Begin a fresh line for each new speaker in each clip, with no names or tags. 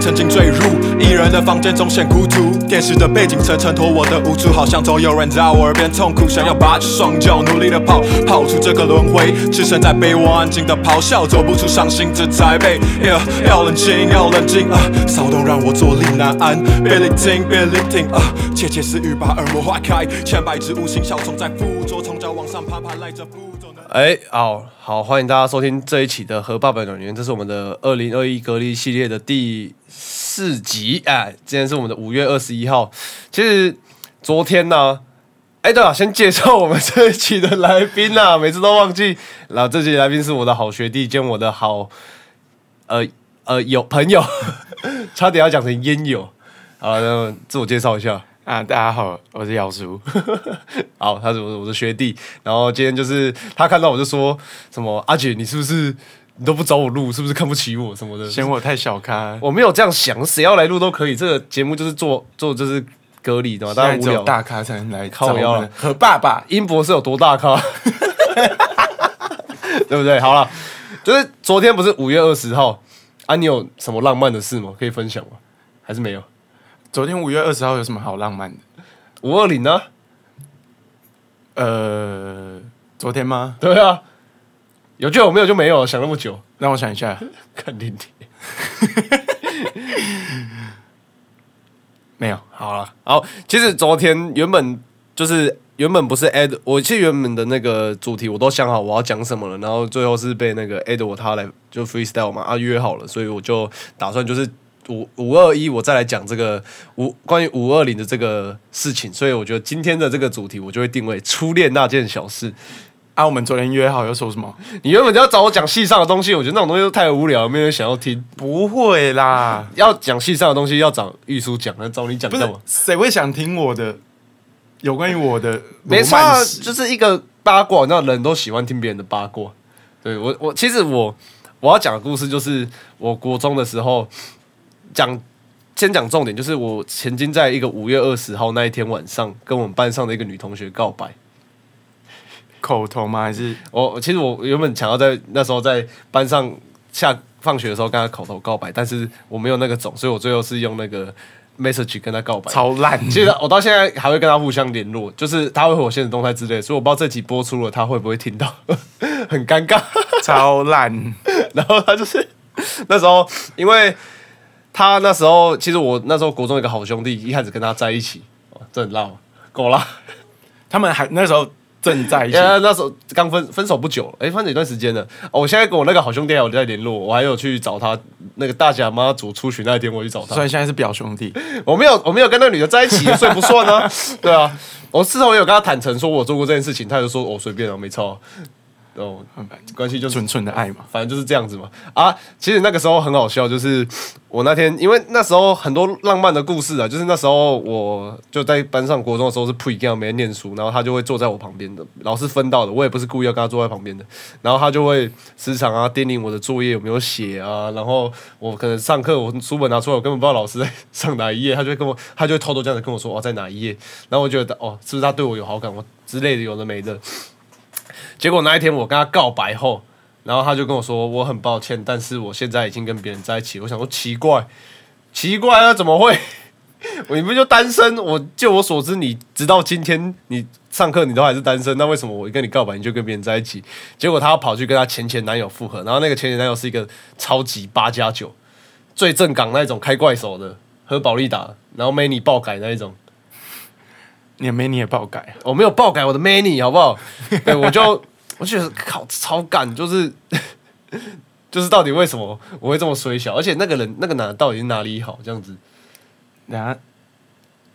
曾经坠入一人的房间中显孤独，电视的背景层衬托我的无助，好像总有人在我耳边痛哭，想要拔起双脚，努力的跑，跑出这个轮回，置身在被窝安静的咆哮，走不出伤心这宅配。Yeah，要冷静，要冷静啊，骚动让我坐立难安，别聆听，别聆听啊，窃窃私语把耳膜划开，千百只无形小虫在附着，从脚往上爬，爬赖着不走的。
哎，好好，欢迎大家收听这一期的《和爸爸暖园》，这是我们的二零二一隔离系列的第四集。哎，今天是我们的五月二十一号。其实昨天呢、哎，对了，先介绍我们这一期的来宾啦、 每次都忘记。然后这期来宾是我的好学弟兼我的好，呃呃，有朋友， 差点要讲成烟友。好，那自我介绍一下。
啊，大家好，我是姚叔。
好，他是我的我的学弟，然后今天就是他看到我就说什么阿姐，你是不是你都不找我录，是不是看不起我什么的？
嫌我太小咖，
我没有这样想，谁要来录都可以。这个节目就是做做就是隔离的嘛，
现
大
在
家无
只有
聊。
大咖才能来
靠
找
腰啊
我们
了
和爸爸。
英博是有多大咖， 对不对？好了，就是昨天不是五月二十号啊？你有什么浪漫的事吗？可以分享吗？还是没有？
昨天五月二十号有什么好浪漫的？
五二零呢？啊
呃，昨天吗？
对啊，有就有，没有就没有，想那么久。
让我想一下，
看你你
没有。
好了，好，其实昨天原本就是原本不是 Ed，我其实原本的那个主题我都想好我要讲什么了，然后最后是被那个 Ed 我他来就 freestyle 嘛啊约好了，所以我就打算就是五五二一我再来讲这个五关于五二零的这个事情，所以我觉得今天的这个主题我就会定为初恋那件小事。
啊，我们昨天约好要说什么？
你原本就要找我讲戏上的东西，我觉得那种东西都太无聊，没有人想要听。
不会啦，
要讲戏上的东西要找玉书讲，那找你讲
不
干
是
嘛？
谁会想听我的？有关于我的
没
罗
错啊
曼，史
就是一个八卦，那人都喜欢听别人的八卦。对我，我其实我我要讲的故事就是，我国中的时候讲，先讲重点，就是我曾经在一个五月二十号那一天晚上，跟我们班上的一个女同学告白。
口头吗？还是
我其实我原本想要在那时候在班上下放学的时候跟她口头告白，但是我没有那个种，所以我最后是用那个 message 跟她告白。
超 烂？
其实我到现在还会跟他互相联络，就是他会回我现实动态之类的，所以我不知道这集播出了他会不会听到， 很尴尬。
超烂！
然后他就是那时候，因为他那时候其实我那时候国中有一个好兄弟一开始跟他在一起，哦这很辣吗，够辣。
他们还那时候正在一起
因，为那时候刚分分手不久，哎，分手一段时间了。哦，我现在跟我那个好兄弟还有在联络，我还有去找他。那个大甲妈祖出巡那一天，我去找他
所。以现在是表兄弟。
我没有，我没有跟那个女的在一起，所以不算啊。 对啊，我事后也有跟她坦诚说我做过这件事情，她就说我、随便啊，没操。哦，关系就是
纯纯的爱嘛，
反正就是这样子嘛。啊，其实那个时候很好笑，就是 我那天因为那时候很多浪漫的故事啊，就是那时候我就在班上国中的时候是 pre 干没在念书，然后他就会坐在我旁边的，老师分到的，我也不是故意要跟他坐在旁边的，然后他就会时常啊叮咛我的作业有没有写啊，然后我可能上课我书本拿出来，我根本不知道老师在上哪一页，他就会跟我，他就会偷偷这样子跟我说哦在哪一页，然后我觉得哦是不是他对我有好感，我之类的有的没的。结果那一天我跟他告白后，然后他就跟我说我很抱歉，但是我现在已经跟别人在一起。我想说奇怪，奇怪啊，怎么会？ 我你不就单身？我就我所知，你直到今天你上课你都还是单身，那为什么我跟你告白你就跟别人在一起？结果他跑去跟他前前男友复合，然后那个前前男友是一个超级八加九，最正港那种开怪手的，喝保利达，然后 many 爆改那一种。
你也没你也爆改，啊
我没有爆改我的 many 好不好？ 对，我就我就觉得靠超干，就是 就是到底为什么我会这么衰小？而且那个人那个男的到底是哪里好这样子？
然后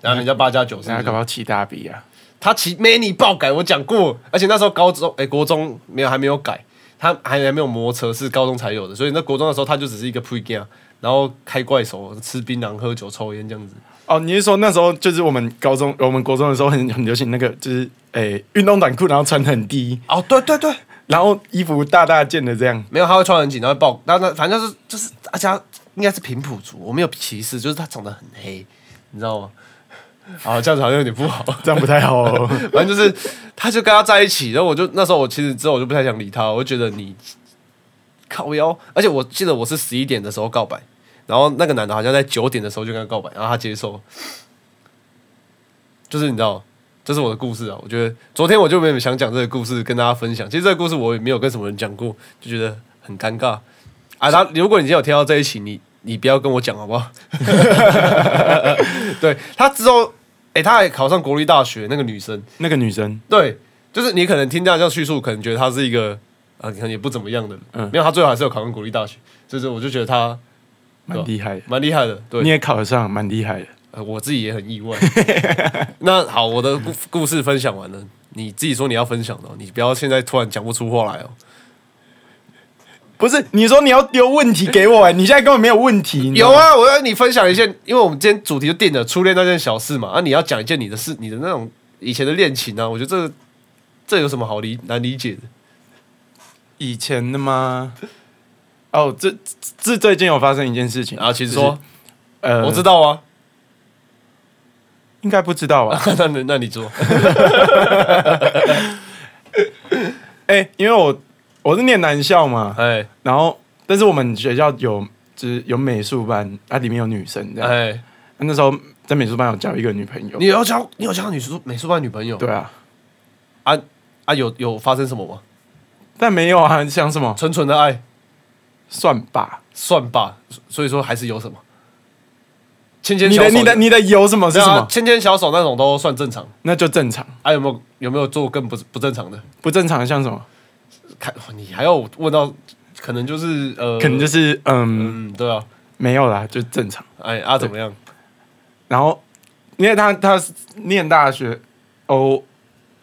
然后人家八加九是
然
不
后
是
搞不好起大笔啊！
他骑 many 爆改，我讲过，而且那时候高中哎、国中没有还没有改，他还还没有摩托车是高中才有的，所以那国中的时候他就只是一个 pre game，然后开怪手、吃槟榔、喝酒、抽烟这样子。
哦，你是说那时候就是我们高中、我们国中的时候很很流行那个，就是诶运动短裤，然后穿很低，
哦，对对对，
然后衣服大大件的这样。
没有，他会穿很紧，然后爆，那那反正就是就是，而且他应该是平埔族，我没有歧视，就是他长得很黑，你知道吗？啊，这样子好像有点不好。
这样不太好、哦，
反正就是，他就跟他在一起，然后我就那时候我其实之后我就不太想理他，我就觉得你靠腰，而且我记得我是十一点的时候告白，然后那个男的好像在九点的时候就跟他告白，然后他接受，就是你知道，这是我的故事啊。我觉得昨天我就没有想讲这个故事跟大家分享，其实这个故事我也没有跟什么人讲过，就觉得很尴尬啊。然后如果你今天有听到这一期，你你不要跟我讲好不 好？对他之后，哎、他还考上国立大学，那个女生，
那个女生，
对，就是你可能听到这样叙述，可能觉得他是一个啊，可能也不怎么样的人，
嗯
没有，他最后还是有考上国立大学，就是我就觉得他
蛮厉害的，
蛮厉害的，对，
你也考得上，蛮厉害的。
呃我自己也很意外。 那好，我的故故事分享完了，你自己说你要分享的哦、你不要现在突然讲不出话来哦。
不是，你说你要丢问题给我、哎，你现在根本没有问题。你知
有
道吗，
啊，我要你分享一件，因为我们今天主题就定了初恋那件小事嘛，啊，你要讲一件你的事，你的那种以前的恋情啊，我觉得这这有什么好理难理解的？
以前的吗？哦，这这最近有发生一件事情
啊，请说，，
就是呃，
我知，道啊，
应该不知道吧？
那你那你 说，
哎、因为我我是念男校嘛，
哎
然后但是我们学校有就是有美术班，它、里面有女生这样。
哎。
那时候在美术班有交一个女朋友
你，有交你有交女术美术班女朋友？
对啊，
啊啊，有有发生什么吗？
但没有啊，想什么
纯纯的爱
算吧。
算吧，所以说还是有什么牵牵
你
小手
的你的你的有什么是
对
什
啊
么，？
牵牵小手那种都算正常。
那就正常，
啊，有没有有没有做更不不正常的？
不正常像什么？
看你还要问到，可能就是呃，
可能就是嗯
嗯，对啊，
没有啦，就正常。
哎啊怎么样？
然后因为他他是念大学，哦，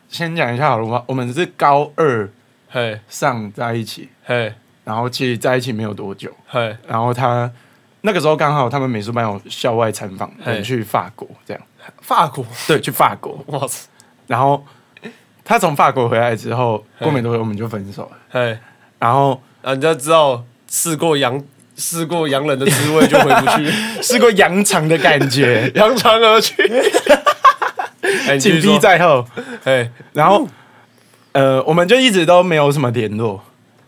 先讲一下好了吗？我们是高二
嘿
上在一起，
嘿
然后其实在一起没有多久，
嘿
然后他那个时候刚好他们美术班有校外参访，我们去法国这样，
法国，
对，去法国。
哇塞，
然后他从法国回来之后，
嘿
过没多久我们就分手了。
嘿
然后
啊，你要知道试过洋试过洋人的滋味就回不去，
是个扬长的感 觉，
扬长而去。 哎
紧逼，在后。
你继续说哎。
然后呃，我们就一直都没有什么联络，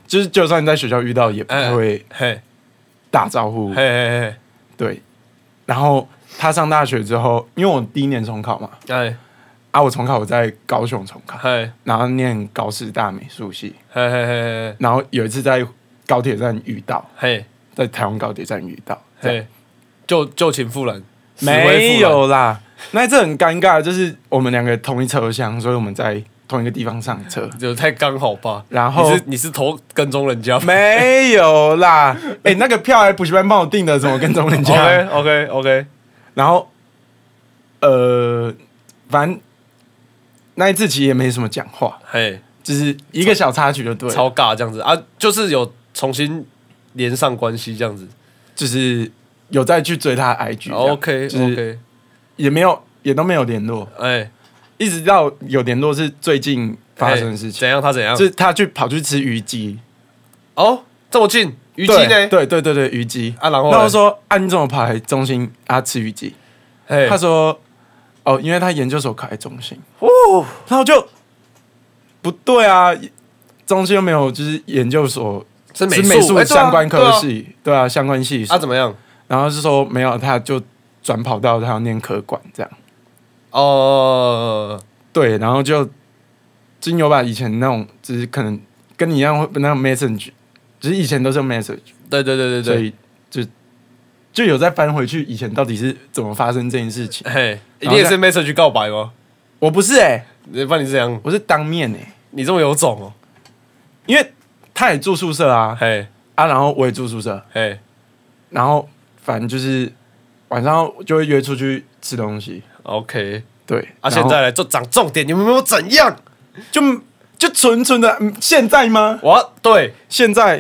就是就算在学校遇到也不
哎
会
嘿，
打招呼
嘿。嘿
对，然后他上大学之后，因为我第一年重考嘛，
嘿，哎，
啊，我重考我在高雄重考，
嘿，
然后念高师大美术系。
嘿嘿嘿
然后有一次在高铁站遇到，
嘿，
在台湾高铁站遇到，
嘿，嘿，旧旧情复燃，死灰复燃
没，有啦。那一次很尴尬，就是我们两个同一车厢，所以我们在同一个地方上车。
就太刚好吧？
然后
你是你是头跟踪人家吗？
没有啦， 哦哎、那个票还补习班帮我订的，怎么跟踪人 家？
，OK OK OK，
然后，呃，反正那一次其实也没什么讲话，
嘿，
就是一个小插曲就对了，
超尬这样子啊，就是有重新连上关系这样子
就是有再去追他的 IG 这样
，OK
就是、
OK，
也没有也都没有联络，
哎，
一直到有联络是最近发生的事
哎
情，
怎样？他怎样？
就是他去跑去吃鱼鸡，
哦，这么近，虞姬呢？
对对对对，鱼鸡。
啊，然后
然后
嘞
我，说啊，你怎么跑来中心啊吃鱼鸡？
嘿
他说哦，因为他研究所考在中心，
哦，
然后就不对啊，中心又没有就是研究所
是
是
美
美术
哎对啊
相关科
对啊
系，对啊，相关系
啊，怎么样？
然后是说没有，他就转跑道，他要念科管这样。
哦，
对，然后就经由把以前那种，就是可能跟你一样会那种 message，只是以前都是用 message，
对对对对
所
对，
以就就有再翻回去以前到底是怎么发生这件事情。
嘿，
然
你
后
也
再
是 message 告白吗？
我不是哎、
你不然你这样，
我是当面哎、
你这么有种哦，
因为他也住宿舍啊
嘿，
啊，然后我也住宿舍，
嘿，
然后反正就是晚上就会约出去吃东西。
OK，
对
啊，
然后
现在来就讲重点，你们有没有怎样？
就就纯纯的、嗯现在吗？
我对
现在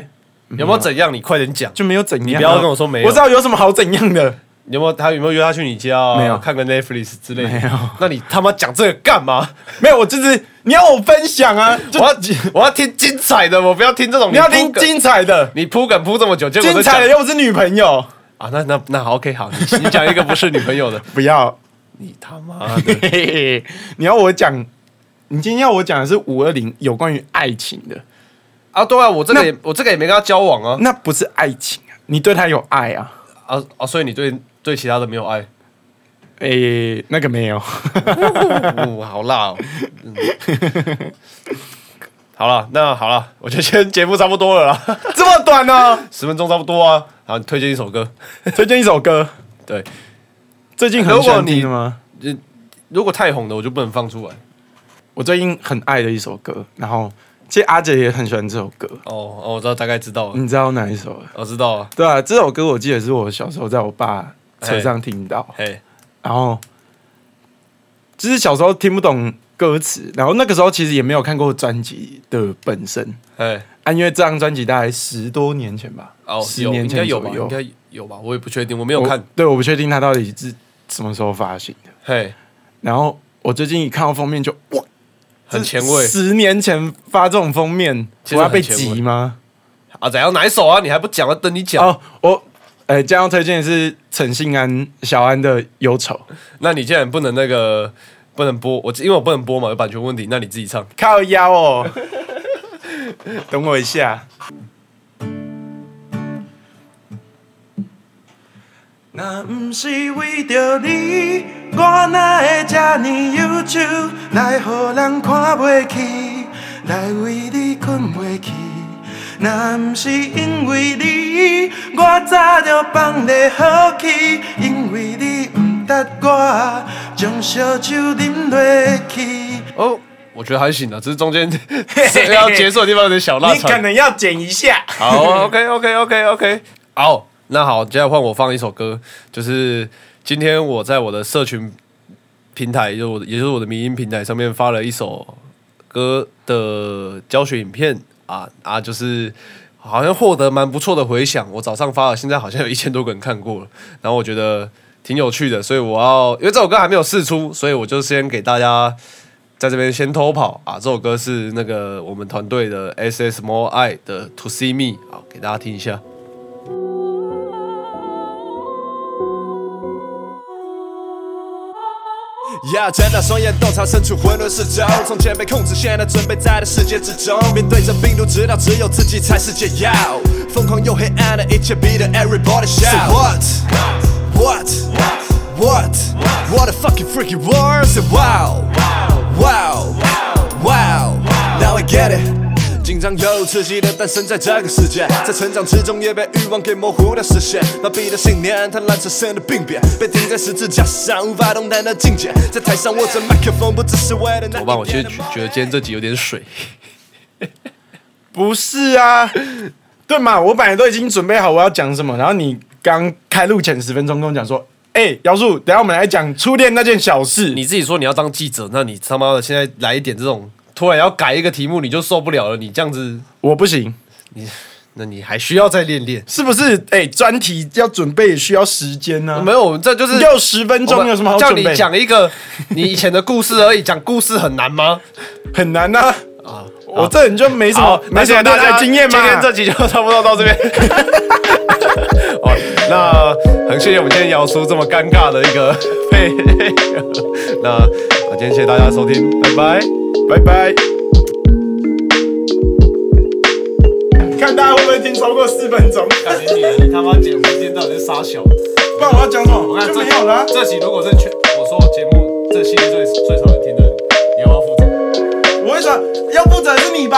有没有怎样？你快点讲，
就没有怎样啊、
你不要跟我说没有
我知道有什么好怎样的。
你有没有他有没有约他去你家啊？
没有
看个 Netflix 之类的。
没有
那你他妈讲这个干嘛？
没有，我就是你要我分享啊，就
我要我要听精彩的，我不要听这种。
你要
铺
听
梗，
精彩 的，
你铺梗铺这么久，结果
精
都
彩的
讲
又不是女朋友，
啊，那那那好 OK 好，你你讲一个不是女朋友的，
不要。
你他妈的
嘿嘿嘿 你要我讲，你今天要我讲的是五二零有关于爱情的，
啊！对啊，我这个也我这个也没跟他交往啊
那不是爱情啊，你对他有爱啊，
啊啊！所以你对对其他的没有 爱？
诶、那个没有，
哦，好辣哦！嗯 好了，那好了，我觉得今天节目差不多了啦，
这么短呢、
十分钟差不多啊。好，你推荐一首歌。
推荐一首歌，
对，
最近很喜欢听的吗？
如果太红的，我就不能放出来。
我最近很爱的一首歌，然后其实阿杰也很喜欢这首歌，
哦哦，我知道，大概知道了，
你知道哪一首了？
我知道了。
对啊，这首歌我记得是我小时候在我爸车上听到，
嘿，
然后就是小时候听不懂歌词，然后那个时候其实也没有看过专辑的本身
嘿，
啊，因为这张专辑大概十多年前吧，
哦，
十
有，
年
应该
前
有
左
吧，
右
应，该有吧，我也不确定，我没有
我
看。
对，我不确定它到底是什么时候发行的。
嘿，
然后我最近一看到封面就哇，
很前卫
十年前发这种封面，
其
我
实
要
很
被
前卫
挤吗？
啊，怎样？哪一首啊？你还不讲？要等你讲。
哦，我呃，这样推荐的是陈信安、小安的《忧愁》，
那你既然不能那个，不能播，我因为我不能播嘛，有版权问题，那你自己唱。
靠腰 哦，等我一下。若不是为着你，我哪会这呢忧愁，来予人看袂起，来为你困袂去。若不是因为你，我早就放得好去，因为你不答我，将烧酒饮落去。
哦，我觉得还行啊，只是中 间要结束的地方有点小辣
你可
肠。
能要剪一下。
好，OK OK OK OK，好，那好，接下来换我放一首歌，就是今天我在我的社群平台，就是我的，也就是我的迷音平台上面发了一首歌的教学影片啊啊，就是。好像获得蛮不错的回响，我早上发了，现在好像有一千多个人看过了，然后我觉得挺有趣的，所以我要因为这首歌还没有试出，所以我就先给大家在这边先偷跑啊！这首歌是那个我们团队的 S S More I 的 To See Me，好，给大家听一下。
呀，睁大双眼，洞察身处混沌四周，从前被控制，现在准备在的世界之中。面对着病毒，知道只有自己才是解药。疯狂又黑暗的一切，逼得 everybody shout。Say what? What? What? What a fucking freaky world! Say wow! Wow! Wow! Now I get it. 紧张又刺激的诞生在这个世界，在成长之中也被欲望给模糊的视线，麻痹的信念，贪婪产生的病变，被钉在十字架上，无法动弹的境界，在台上握着麦克风，不只是为了那
伙伴，我
一
其实
点的
觉得今天这集有点水，
不是啊，对嘛？我本来都已经准备好我要讲什么，然后你刚开录前十分钟跟我讲说，哎、姚树，等一下我们来讲初恋那件小事。
你自己说你要当记者，那你他妈的现在来一点这种突然要改一个题目，你就受不了了，你这样子，
我不行，
你那你还需要再练练。
是不是？哎、专题要准备也需要时间呢、啊。
没有，我们这就是
六十分钟有什么好
叫
准备
你讲一个你以前的故事而已，讲故事很难吗？
很难呐、啊。
啊，
我这人就没什么
好，，
没
那谢
什么
谢大
大家
家
的经验嘛。
今天这集就差不多到这边。 哦，那很谢谢我们今天姚叔这么尴尬的一个配合。那啊今天谢谢大家收听，拜拜，拜拜。
看大家会不会听超过四分钟？
感觉你他妈剪不见到底是傻小。
不然我要讲什么？
我
就没有了啊。
这集如果是全，我说节目这系列最最少人听的，你要不要负责？
我会说，要负责是你吧。